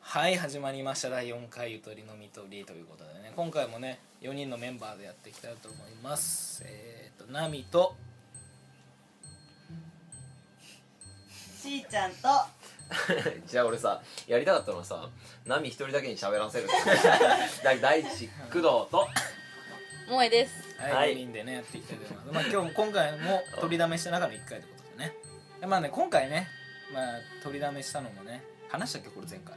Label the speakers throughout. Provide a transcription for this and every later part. Speaker 1: はい始まりました第4回ゆとりのみとりということでね今回もね4人のメンバーでやっていきたいと思いますえっ、とナミと
Speaker 2: しーちゃんと
Speaker 3: じゃあ俺さやりたかったのはさナミ一人だけに喋らせ るってだ第一工藤と
Speaker 4: 萌えです
Speaker 1: はい、
Speaker 3: はい
Speaker 1: 4人でねやっていきたいと思います、まあ、今日も今回も取りだめして中の1回ということでねでまあね今回ね、まあ、取りだめしたのもね話したっけこれ前回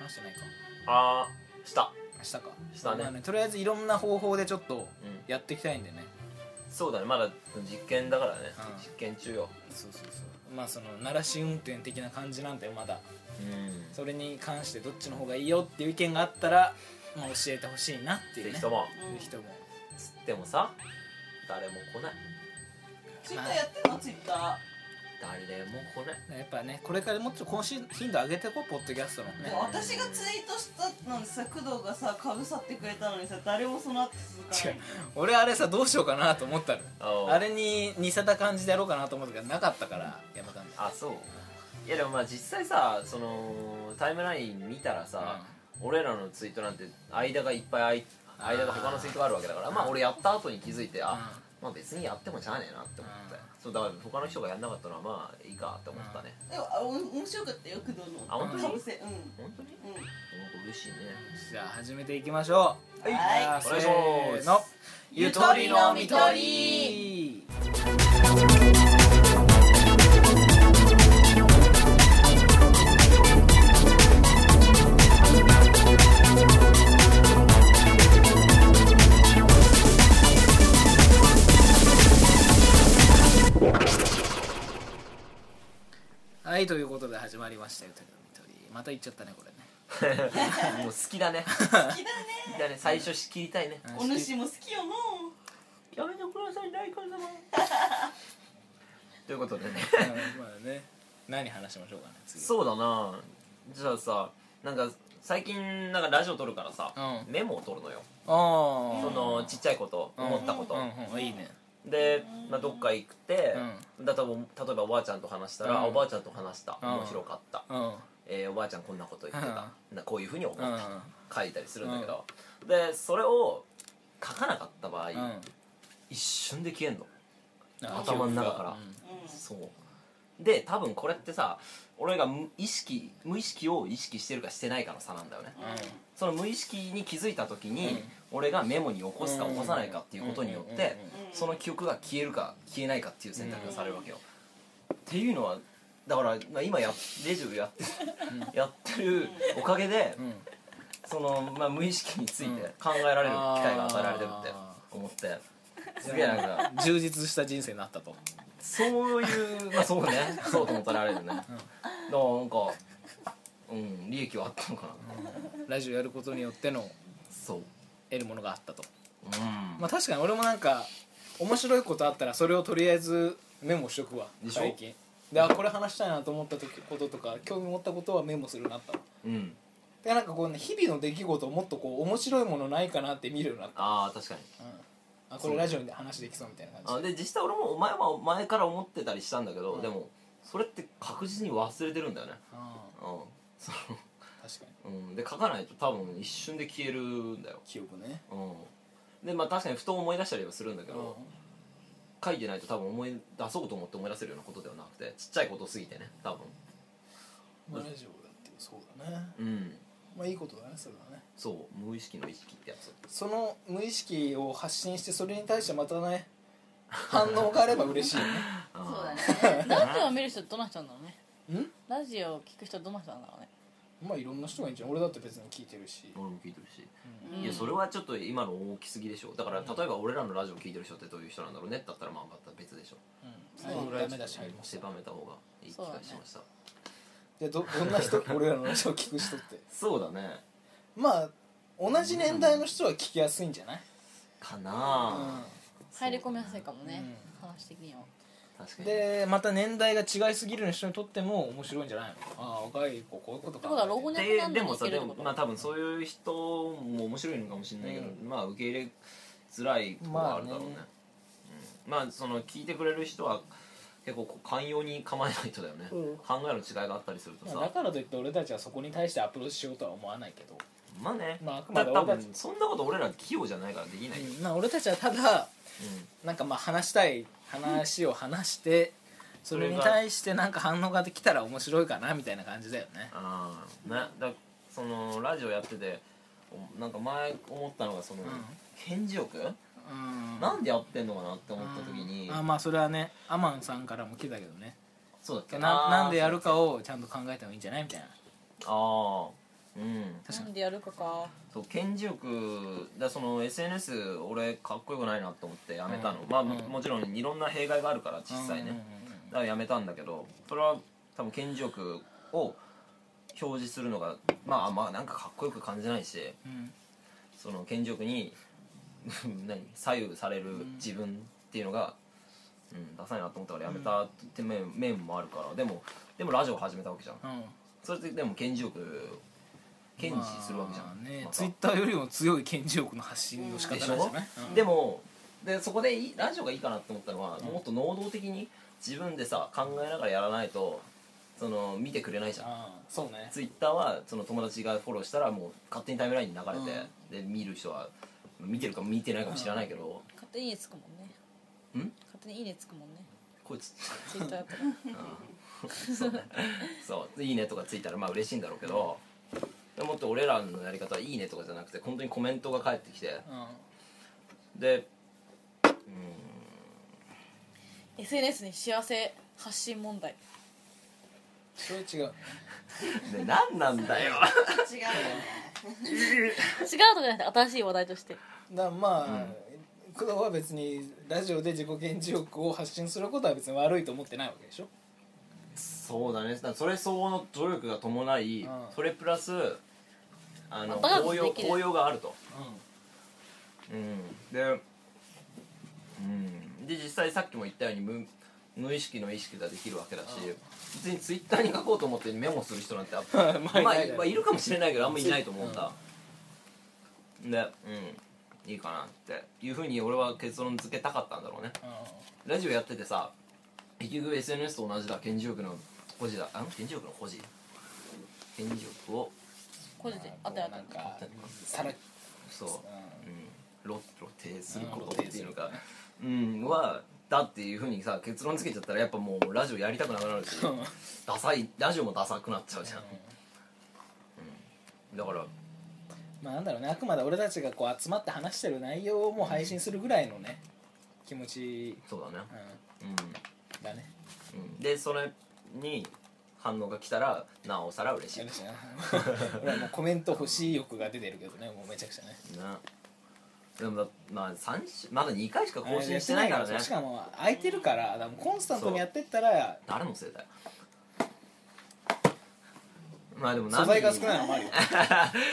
Speaker 1: 話してないか
Speaker 3: ああした、
Speaker 1: 明日か
Speaker 3: したね
Speaker 1: まあとりあえずいろんな方法でちょっと
Speaker 3: うん、
Speaker 1: やっていきたいんでね
Speaker 3: そうだねまだ実験だからね、
Speaker 1: うん
Speaker 3: 実験中よ
Speaker 1: そうそうそうまあその慣らし運転的な感じなんでまだ
Speaker 3: うん
Speaker 1: それに関してどっちの方がいいよっていう意見があったら、まあ、教えてほしいなっていう
Speaker 3: ぜ
Speaker 1: ね
Speaker 3: ひとも
Speaker 1: ぜひとも
Speaker 3: つってもさ誰も来ない
Speaker 2: ツイッターやってんのツイッター
Speaker 3: 誰も来ない
Speaker 1: やっぱねこれからもっと今週頻度上げてこうポッドキャストのね
Speaker 2: 私がツイートしたのにさ工藤がさかぶさってくれたのにさ誰もその後続
Speaker 1: 違
Speaker 2: かな
Speaker 1: う
Speaker 2: い
Speaker 1: 俺あれさどうしようかなと思ったの
Speaker 3: あ
Speaker 1: あれに似せた感じでやろうかなと思ったけどなかったからやめたんだ
Speaker 3: あそういやでもまあ実際さそのタイムライン見たらさ、俺らのツイートなんて間がいっぱいあい間が他のツイートがあるわけだからまあ俺やった後に気づいてあ、まあ別にやってもしゃあねえなって思って、
Speaker 1: うん
Speaker 3: そうだから他の人がやんなかったのはまあいいかって思ったね、
Speaker 2: でもあお面白かったよ工藤の
Speaker 3: あ本当に
Speaker 2: かぶせうん
Speaker 3: 本当に
Speaker 2: う
Speaker 3: なんか嬉しいね
Speaker 1: じゃあ始めていきましょう
Speaker 2: はいはい
Speaker 1: じゃあせーの
Speaker 2: ゆとりのみと
Speaker 1: りはいということで始まりましたゆとりのみとりまた言っちゃったねこれね
Speaker 3: もう好きだね
Speaker 2: ん好きだ
Speaker 3: 好
Speaker 2: ね
Speaker 3: きだね最初仕切りたいね
Speaker 2: お主も好きよの
Speaker 3: やめてください大官様 ということでね
Speaker 1: まあね何話しましょうかね次
Speaker 3: そうだなじゃあさなんか最近なんかラジオ撮るからさ、
Speaker 1: う
Speaker 3: メモを撮るのよ、
Speaker 1: ああ
Speaker 3: そのちっちゃいこと
Speaker 1: うん
Speaker 3: 思ったこと、
Speaker 1: うんうんいいね
Speaker 3: で、まあ、どっか行って、だと例えばおばあちゃんと話したら、
Speaker 1: うん
Speaker 3: あおばあちゃんと話した、
Speaker 1: うん
Speaker 3: 面白かった、
Speaker 1: うんうん
Speaker 3: えーおばあちゃんこんなこと言って
Speaker 1: うん
Speaker 3: た、なこういうふうに思っ
Speaker 1: う
Speaker 3: た、
Speaker 1: ん
Speaker 3: 書いたりするんだけど、でそれを書かなかった場合、
Speaker 1: うん
Speaker 3: 一瞬で消えんの
Speaker 1: あ
Speaker 3: 頭の中から
Speaker 1: うん
Speaker 2: う
Speaker 3: そうで多分これってさ俺が無意識無意識を意識してるかしてないかの差なんだよね
Speaker 2: んうん
Speaker 3: その無意識に気づいた時に、
Speaker 1: うん
Speaker 3: 俺がメモに起こすか起こさないかっていうことによって、
Speaker 2: うん
Speaker 3: その記憶が消えるか消えないかっていう選択がされるわけよ、っていうのはだからまあ今やレジをやって やってるおかげで、
Speaker 1: うんうん
Speaker 3: その、まあ、無意識につい
Speaker 1: うん
Speaker 3: て考えられる機会が与えられてるって
Speaker 1: あ
Speaker 3: 思ってすげえなんか
Speaker 1: 充実した人生になったと
Speaker 3: そういうまあそうねそうとも捉えられるね、だからなんかうん利益はあったのかな、
Speaker 1: ラジオやることによっての
Speaker 3: そう
Speaker 1: 得るものがあったと
Speaker 3: うん、
Speaker 1: まあ確かに俺もなんか面白いことあったらそれをとりあえずメモしとくわ
Speaker 3: でしょ
Speaker 1: 最近であこれ話したいなと思った時こととか興味持ったことはメモするようになったわ
Speaker 3: うん
Speaker 1: でなんかこうね日々の出来事をもっとこう面白いものないかなって見るようになった
Speaker 3: ああ確かに
Speaker 1: うんあこれラジオで話できそうみたいな
Speaker 3: あ
Speaker 1: 感じ
Speaker 3: で実際俺もお前は前から思ってたりしたんだけど、でもそれって確実に忘れてるんだよね
Speaker 1: あ
Speaker 3: うんそ
Speaker 1: あ確かに
Speaker 3: のうんで書かないと多分一瞬で消えるんだよ
Speaker 1: 記憶ね
Speaker 3: うんでまあ確かにふと思い出したりはするんだけ
Speaker 1: う
Speaker 3: ど、書いてないと多分思い出そうと思って思い出せるようなことではなくてちっちゃいことすぎてね多分
Speaker 1: まあラジオだってそうだね
Speaker 3: うん
Speaker 1: まあいいことだねそれはね
Speaker 3: そう無意識の意識ってやつ
Speaker 1: その無意識を発信してそれに対してまた ね反応があれば嬉しい よね
Speaker 4: そうだ
Speaker 3: あ
Speaker 4: ねラジオを見る人どんな人なんだろうね
Speaker 1: ん
Speaker 4: ラジオを聞く人どんな人なんだろうね
Speaker 1: まあいろんな人がいいんじゃん俺だって別に聞いてるし
Speaker 3: ー俺も聞いてるし、
Speaker 4: うん
Speaker 3: いやそれはちょっと今の大きすぎでしょだから例えば俺らのラジオ聞いてる人ってどういう人なんだろうねって言ったらまあまた別でしょ
Speaker 1: うんそうダメだし入りました
Speaker 3: 狭めた方がいい気がしました
Speaker 1: じゃあどどんな 人俺らのラジオ聞く人って
Speaker 3: そうだね
Speaker 1: まあ同じ年代の人は聞きやすいんじゃない、
Speaker 3: かな
Speaker 4: 入り込みやすいかもね、
Speaker 1: う
Speaker 4: 話的には
Speaker 3: あ確か
Speaker 1: うん、
Speaker 3: に
Speaker 1: でまた年代が違いすぎる人にとっても面白いんじゃないのああ若い子こういうことか
Speaker 4: ってことは老後に
Speaker 3: ででもさ
Speaker 4: なんで
Speaker 3: で
Speaker 4: もいけるって
Speaker 3: も
Speaker 4: こと
Speaker 3: まあ多分そういう人も面白いのかもしれないけど、まあ受け入れづらいところはあるだろうね,、
Speaker 1: まあね
Speaker 3: うんまあその聞いてくれる人は結構こう寛容に構えないとだよね、
Speaker 4: うん
Speaker 3: 考えの違いがあったりすると
Speaker 1: まあだ
Speaker 3: さ
Speaker 1: からといって俺たちはそこに対してアプローチしようとは思わないけど、
Speaker 3: まあね、
Speaker 1: まああくま
Speaker 3: だ
Speaker 1: で
Speaker 3: 多
Speaker 1: 俺たち
Speaker 3: 分そんなこと俺ら器用じゃないからできない
Speaker 1: う
Speaker 3: よ、
Speaker 1: んまあ、俺たちはただなんかまあ話したい話を話してそれに対してなんか反応ができたら面白いかなみたいな感じだよね
Speaker 3: ああねだそのラジオやってておなんか前思ったのがその、
Speaker 1: ん
Speaker 3: 返事欲、
Speaker 1: うん
Speaker 3: なんでやってんのかなって思った時に、
Speaker 1: うんあまあそれはねアマンさんからも来たけどね
Speaker 3: そうだっけ
Speaker 1: ななんでやる
Speaker 3: か
Speaker 1: かをちゃんと考えてもいいんじゃないみたいな
Speaker 3: ああうん
Speaker 1: 確かに
Speaker 4: なんでやるかか
Speaker 3: そう検事欲だその SNS 俺かっこよくないなと思ってやめたの、
Speaker 1: うん
Speaker 3: まあ、
Speaker 1: うん
Speaker 3: もちろんいろんな弊害があるから実際ね、だからやめたんだけどそれは多分検事欲を表示するのがまあまあなんかかっこよく感じないし
Speaker 1: うんうん
Speaker 3: その検事欲に 何左右される自分っていうのが、うん、ダサいなと思ったからやめたって面面もあるからでもでもラジオ始めたわけじゃん
Speaker 1: うんうん
Speaker 3: それってでも検事欲検事するわけじゃん、
Speaker 1: まあね
Speaker 3: また
Speaker 1: ツイッターよりも強い顕示欲の発信の仕方
Speaker 3: で
Speaker 1: なん
Speaker 3: し
Speaker 1: じゃ
Speaker 3: ょ
Speaker 1: ない、うん
Speaker 3: でもでそこでいいラジオがいいかなって思ったのは、もっと能動的に自分でさ考えながらやらないとその見てくれないじゃん
Speaker 1: ああそうね
Speaker 3: ツイッターはその友達がフォローしたらもう勝手にタイムラインに流れて、で見る人は見てるか見てないかも知らないけど、
Speaker 4: 勝手にいいねつくもんね
Speaker 3: ん
Speaker 4: 勝手にいいねつくも んね
Speaker 3: こいつ
Speaker 4: ツイッターとか
Speaker 3: そうねそう「いいね」とかついたらまあ嬉しいんだろうけど、でもっと俺らのやり方は「いいね」とかじゃなくて本当にコメントが返ってきて
Speaker 1: うん
Speaker 3: で
Speaker 4: SNS に幸せ発信問題
Speaker 1: それ違う
Speaker 3: で何なんだよ
Speaker 2: 違うよね
Speaker 4: 違うとかじゃなくて新しい話題として
Speaker 1: だからまあ、工藤は別にラジオで自己顕示欲を発信することは別に悪いと思ってないわけでしょ
Speaker 3: そうだねだからそれ相応の努力が伴い、
Speaker 1: うん
Speaker 3: それプラスあの
Speaker 4: バランス
Speaker 3: 応用
Speaker 4: できる
Speaker 3: 応用があると、
Speaker 1: う
Speaker 3: うん、で、うん、で実際さっきも言ったように無無意識の意識ができるわけだし別にツイッターに書こうと思ってメモする人なんてあ
Speaker 1: まあいない
Speaker 3: まあ
Speaker 1: だろう
Speaker 3: まあいるかもしれないけどあんまいないと思った、でうんいいかなっていうふうに俺は結論付けたかったんだろうね
Speaker 1: ん
Speaker 3: ラジオやっててさ結局 SNS と同じだ顕示欲の保持だあ顕示欲の保持顕示欲を
Speaker 4: 個人であったよあった
Speaker 1: な
Speaker 4: よ
Speaker 1: んかさら
Speaker 3: そう、うん、露露呈する
Speaker 1: うん
Speaker 3: ことっていうのかうんはだっていうふうにさ結論つけちゃったらやっぱもうラジオやりたくなくなるし
Speaker 1: うん
Speaker 3: ダサいラジオもダサくなっちゃうじゃん、だから
Speaker 1: まあなんだろうねあくまで俺たちがこう集まって話してる内容をもう配信するぐらいのね気持ち、
Speaker 3: そうだね
Speaker 1: う、
Speaker 3: うん
Speaker 1: だね
Speaker 3: ん、うん、でそれに反応が来たらなおさら嬉しい
Speaker 1: や
Speaker 3: ね
Speaker 1: るし な俺はもうコメント欲しい欲が出てるけどねもうめちゃくちゃね
Speaker 3: でもだまあ三週まだ2回しか更新してないからね
Speaker 1: しかも空いてるからだからもうコンスタントにやってったら
Speaker 3: 誰のせいだよまあでも
Speaker 1: 素材が少ないのも あるよ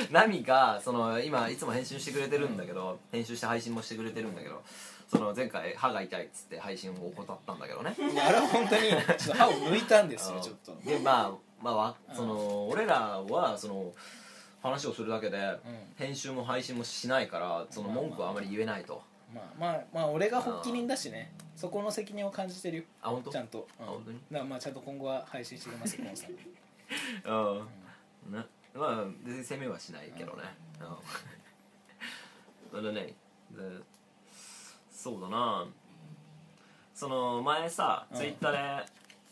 Speaker 3: ナミがその今いつも編集してくれてるんだけど、編集して配信もしてくれてるんだけどその前回歯が痛いっつって配信を怠ったんだけどね
Speaker 1: いやあれは本当にちょっと歯を抜いたんですよちょっと
Speaker 3: でまあまあわその俺らはその話をするだけで、編集も配信もしないからその文句はあまり言えないと、
Speaker 1: まあまあまあ俺が発起人だしねそこの責任を感じてるよ
Speaker 3: あ本当
Speaker 1: ちゃんと、うん、
Speaker 3: あ本当に
Speaker 1: だからまあちゃんと今後は配信していき ますよコンスタントに
Speaker 3: うん、ねまあ別に責めはしないけどねうんそれでねでそうだなその前さ
Speaker 1: うん
Speaker 3: ツイッターで、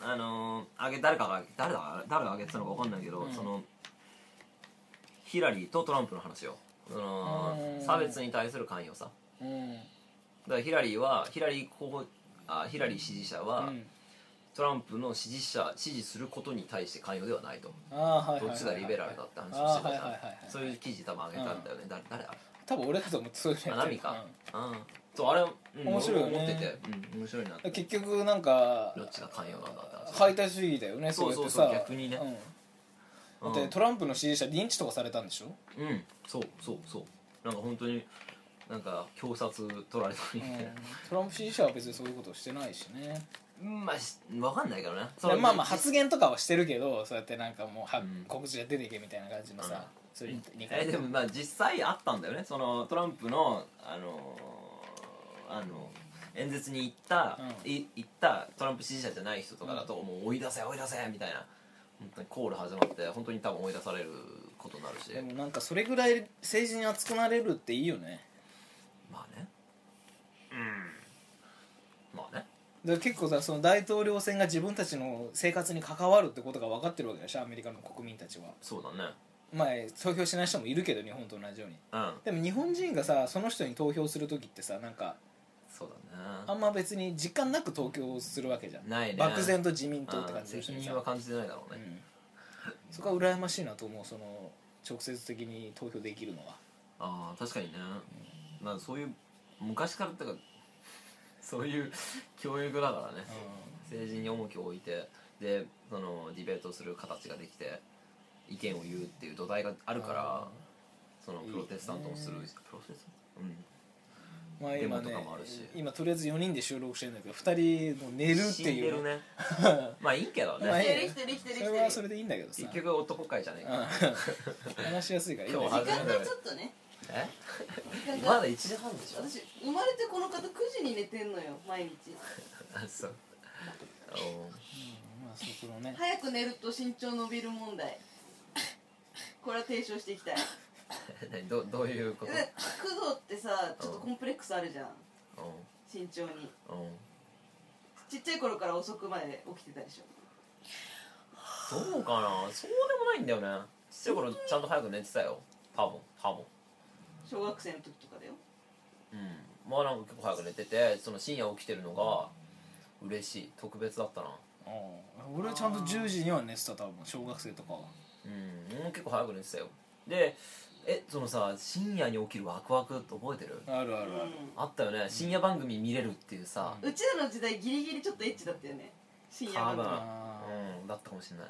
Speaker 3: あのあげ誰かが誰だ誰があげてたのか分かんないけど、
Speaker 1: うん
Speaker 3: そのヒラリーとトランプの話よその
Speaker 1: うん
Speaker 3: 差別に対する関与さだか
Speaker 1: うん
Speaker 3: らヒラリーはヒラリー候補あヒラリー支持者は、
Speaker 1: うん
Speaker 3: トランプの支持者支持することに対して関与ではないと
Speaker 1: ああはいはいはい
Speaker 3: ど
Speaker 1: はい
Speaker 3: っちがリベラルだって話をしてたじゃ
Speaker 1: あー
Speaker 3: ん
Speaker 1: はいはいはいはい
Speaker 3: そういう記事多分上げたんだよね、だ誰だ
Speaker 1: 多分俺だと思ってそういう
Speaker 3: あ
Speaker 1: のやっ
Speaker 3: ナ
Speaker 1: て
Speaker 3: ミ
Speaker 1: る
Speaker 3: か、うんそうあれ、うん、
Speaker 1: 面白いよね
Speaker 3: 俺も思ってて、うん、面白いなっ
Speaker 1: うん
Speaker 3: て
Speaker 1: 結局なんか
Speaker 3: どっちが関与なんだって話
Speaker 1: 排他主義だよね
Speaker 3: そうそうそう
Speaker 1: れってさ
Speaker 3: 逆にね
Speaker 1: うんだってトランプの支持者リンチとかされたんでしょ
Speaker 3: うん、うんそうそうそうなんか本当になんか強殺取られた みたいな、
Speaker 1: トランプ支持者は別にそういうことをしてないしね
Speaker 3: うん、まあしわかんないけどね
Speaker 1: いやまあまあ
Speaker 3: 実
Speaker 1: 発言とかはしてるけどそうやってなんかもうは、
Speaker 3: うん
Speaker 1: 告知で出てけみたいな感じのさ、そういう理解
Speaker 3: えでもまあ実際あったんだよねそのトランプのあのーあの演説に行った、
Speaker 1: う
Speaker 3: い行ったトランプ支持者じゃない人とかだと、もう追い出せ追い出せみたいな本当にコール始まって本当に多分追い出されることになるし
Speaker 1: でもなんかそれぐらい政治に熱くなれるっていいよね
Speaker 3: まあねうんまあね
Speaker 1: で結構さその大統領選が自分たちの生活に関わるってことが分かってるわけでしょアメリカの国民たちは
Speaker 3: そうだね
Speaker 1: まあ投票しない人もいるけど日本と同じように
Speaker 3: うん
Speaker 1: でも日本人がさその人に投票する時ってさなんか
Speaker 3: そうだ
Speaker 1: あ
Speaker 3: ね
Speaker 1: んま別に実感なく投票するわけじゃん
Speaker 3: ないね
Speaker 1: 漠然と自民党って
Speaker 3: う
Speaker 1: 感
Speaker 3: ん
Speaker 1: じでし
Speaker 3: 責
Speaker 1: ょ
Speaker 3: 任は感じてないだろう
Speaker 1: う
Speaker 3: ね、
Speaker 1: ん、そこは羨ましいなと思うその直接的に投票できるのは
Speaker 3: ああ確かにね、まあそういう昔からってかそういう教育だからね、政治に重きを置いてでそのディベートする形ができて意見を言うっていう土台があるから
Speaker 1: あ
Speaker 3: そのプロテスタントもするしプロテスタン
Speaker 1: まあ今ね
Speaker 3: デモとかもあるし
Speaker 1: 今とりあえず4人で収録してるんだけど2人もう寝る
Speaker 3: ト
Speaker 1: っ
Speaker 3: 死
Speaker 1: て
Speaker 3: ん
Speaker 1: い
Speaker 3: で
Speaker 1: う
Speaker 3: るね まあいいけど
Speaker 1: まあいいよ
Speaker 3: ね
Speaker 2: できてるできてるできて
Speaker 1: そ
Speaker 2: る
Speaker 1: れはそれでいいんだけどさ
Speaker 3: 結局男会じゃねえか
Speaker 1: うん 話しやすいからいいんだ
Speaker 3: 今
Speaker 1: け
Speaker 3: 日
Speaker 1: ど
Speaker 3: は
Speaker 2: 時間がちょっとね
Speaker 3: え
Speaker 2: 時間
Speaker 3: ま
Speaker 2: が
Speaker 3: だ1時半でしょ
Speaker 2: 私生まれてこの方9時に寝てんのよ毎日
Speaker 3: あそうお
Speaker 1: まあそこのね
Speaker 2: 早く寝ると身長伸びる問題これは提唱していきたい
Speaker 3: ー 何どどういうこ
Speaker 2: で
Speaker 3: と
Speaker 2: 工藤ってさちょっとコンプレックスあるじゃん
Speaker 3: う
Speaker 2: 身長に
Speaker 3: んうん
Speaker 2: ちっちゃい頃から遅くまで起きてたでしょ
Speaker 3: どうかなそうでもないんだよねちっちゃい頃ちゃんと早く寝てたよ多分多分
Speaker 2: 小学生の時とかだよ
Speaker 3: うんまあなんか結構早く寝ててその深夜起きてるのが嬉しい特別だったな
Speaker 1: うん俺はちゃんと10時には寝てた多分小学生とかは
Speaker 3: うんもう結構早く寝てたよでえそのさ深夜に起きるワクワクって覚えてる
Speaker 1: あるあるある
Speaker 3: あったよね深夜番組見れるっていうさ
Speaker 2: うんうちらの時代ギリギリちょっとエッチだったよね深夜
Speaker 3: 多分
Speaker 2: の
Speaker 1: あ
Speaker 3: うんだったかもしれない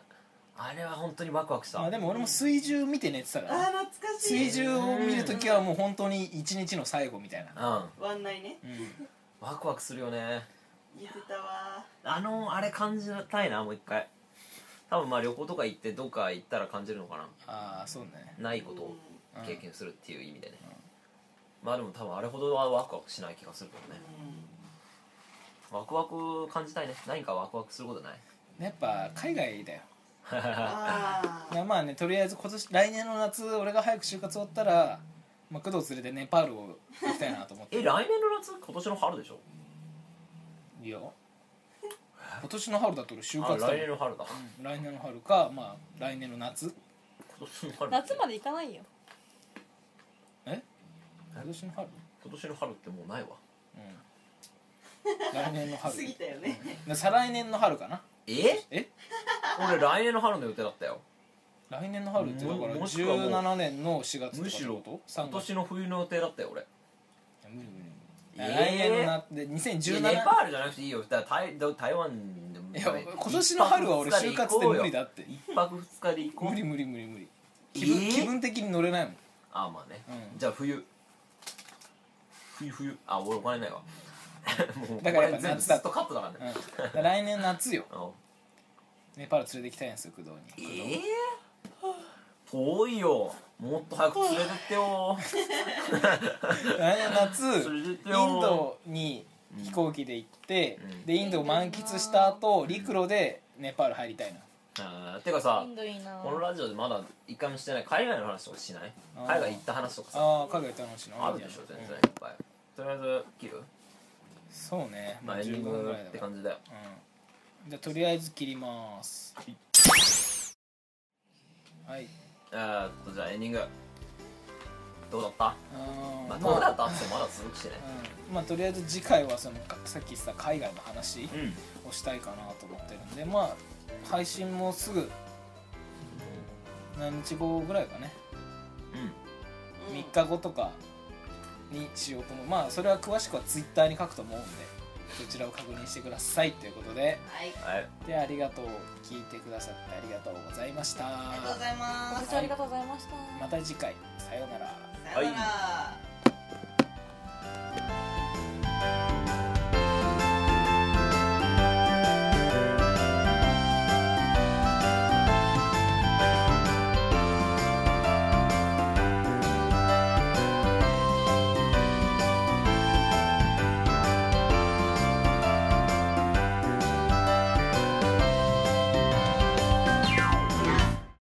Speaker 3: あれは本当にワクワクし
Speaker 1: ー
Speaker 3: た
Speaker 1: まあでも俺も水中見て寝てた
Speaker 2: あ
Speaker 1: から
Speaker 2: ー
Speaker 1: ね
Speaker 2: 懐かしい
Speaker 1: 水中を見るときはもう本当に一日の最後みたい
Speaker 3: うん
Speaker 1: な、
Speaker 3: ワ
Speaker 2: ワンナイね
Speaker 1: うん
Speaker 3: クワクするよね
Speaker 2: 言ってたわ
Speaker 3: あのあれ感じたいなもう一回多分まあ旅行とか行ってどっか行ったら感じるのかな
Speaker 1: ああそうね
Speaker 3: ない
Speaker 2: ー
Speaker 3: ことを
Speaker 1: うん
Speaker 3: 経験するっていう意味でね、まあでも多分あれほどはワクワクしない気がするけどねワクワク感じたいね何かワクワクすることない
Speaker 1: やっぱ海外だよ
Speaker 2: あ
Speaker 1: いやまあねとりあえず今年来年の夏俺が早く就活終わったら、まあ、工藤連れてネパールを行きたいなと思って
Speaker 3: え来
Speaker 1: い
Speaker 3: 年の夏今年の春でしょ
Speaker 1: いよ今年の春だと俺就
Speaker 3: あ
Speaker 1: 活だもん
Speaker 3: 来年の春だ
Speaker 1: うん来年の春かまあ来年の夏
Speaker 3: 今年の春
Speaker 4: 夏ま
Speaker 3: で
Speaker 4: で行かないよ
Speaker 1: え今年の春
Speaker 3: 今年の春ってもうないわ
Speaker 1: うん来年の
Speaker 2: あ
Speaker 1: 春
Speaker 2: 過ぎたよね
Speaker 1: で再来年の春かな
Speaker 3: え
Speaker 1: え
Speaker 3: 俺来年の春の予定だったよ
Speaker 1: 来年の春ってだから
Speaker 3: ももしくはもう
Speaker 1: 17年の4月とか
Speaker 3: む
Speaker 1: って
Speaker 3: しろ
Speaker 1: こと
Speaker 3: 今
Speaker 1: 3月
Speaker 3: 年の冬の予定だったよ俺
Speaker 1: いや無理無理無
Speaker 3: え
Speaker 1: 理
Speaker 3: ー
Speaker 1: 来年のなで2017
Speaker 3: いやネパールじゃなくていいよだから台だ台湾でも
Speaker 1: いや今年の春は俺就活で無理だ
Speaker 3: っ
Speaker 1: ってて
Speaker 3: 一泊二日で行こう
Speaker 1: 無理無理無理無理気分,、
Speaker 3: えー
Speaker 1: 気分的に乗れないもん
Speaker 3: あまあね、
Speaker 1: うん
Speaker 3: じゃあ冬冬冬あ俺お金ないわもう
Speaker 1: だからやっぱ
Speaker 3: お金全部
Speaker 1: 夏
Speaker 3: ず
Speaker 1: だ
Speaker 3: っとカットだから
Speaker 1: うん
Speaker 3: ね、
Speaker 1: だから来年夏よ
Speaker 3: うん
Speaker 1: ネパール連れてきたいんですよ工藤に
Speaker 3: ええ遠いよもっと早く連れてってよ
Speaker 1: 来年夏
Speaker 3: 連れてって
Speaker 1: イン
Speaker 3: よ
Speaker 1: ドに飛行機で行って、
Speaker 3: うん
Speaker 1: でインドを満喫した後陸路でネパール入りたいな
Speaker 3: あーてかさ
Speaker 4: インドいいな
Speaker 3: このラジオでまだ一回もしてない海外の話とかしない
Speaker 1: あー
Speaker 3: 海外行った話とかさ
Speaker 1: ああ海外楽しいな
Speaker 3: あるでしょ全然いっ
Speaker 1: うん
Speaker 3: ぱいとりあえず切る
Speaker 1: そうね
Speaker 3: まあエンディ
Speaker 1: 15
Speaker 3: ン
Speaker 1: 分ぐ
Speaker 3: グ
Speaker 1: らい
Speaker 3: って
Speaker 1: だから、
Speaker 3: 感じだよ
Speaker 1: うん、じゃあとりあえず切りますはい
Speaker 3: えーっとじゃあエンディングどうだった、
Speaker 1: うん
Speaker 3: ま
Speaker 1: ま
Speaker 3: あ、
Speaker 1: あ
Speaker 3: どうだったってまだ続くしね
Speaker 1: うんまあとりあえず次回はそのかさっき言ってた海外の話
Speaker 3: うん
Speaker 1: をしたいかなと思ってるんでまあ配信もすぐ何日後ぐらいかね
Speaker 3: うん
Speaker 2: うん
Speaker 1: 3日後とかにしようと思うまあそれは詳しくは Twitter に書くと思うんでそちらを確認してくださいということで
Speaker 2: はい
Speaker 3: はい
Speaker 1: でありがとう聞いてくださってありがとうございました
Speaker 2: ありがとうございま
Speaker 4: ご
Speaker 2: す
Speaker 4: 視聴ありがとうございました
Speaker 1: また次回さようなら
Speaker 2: さようなら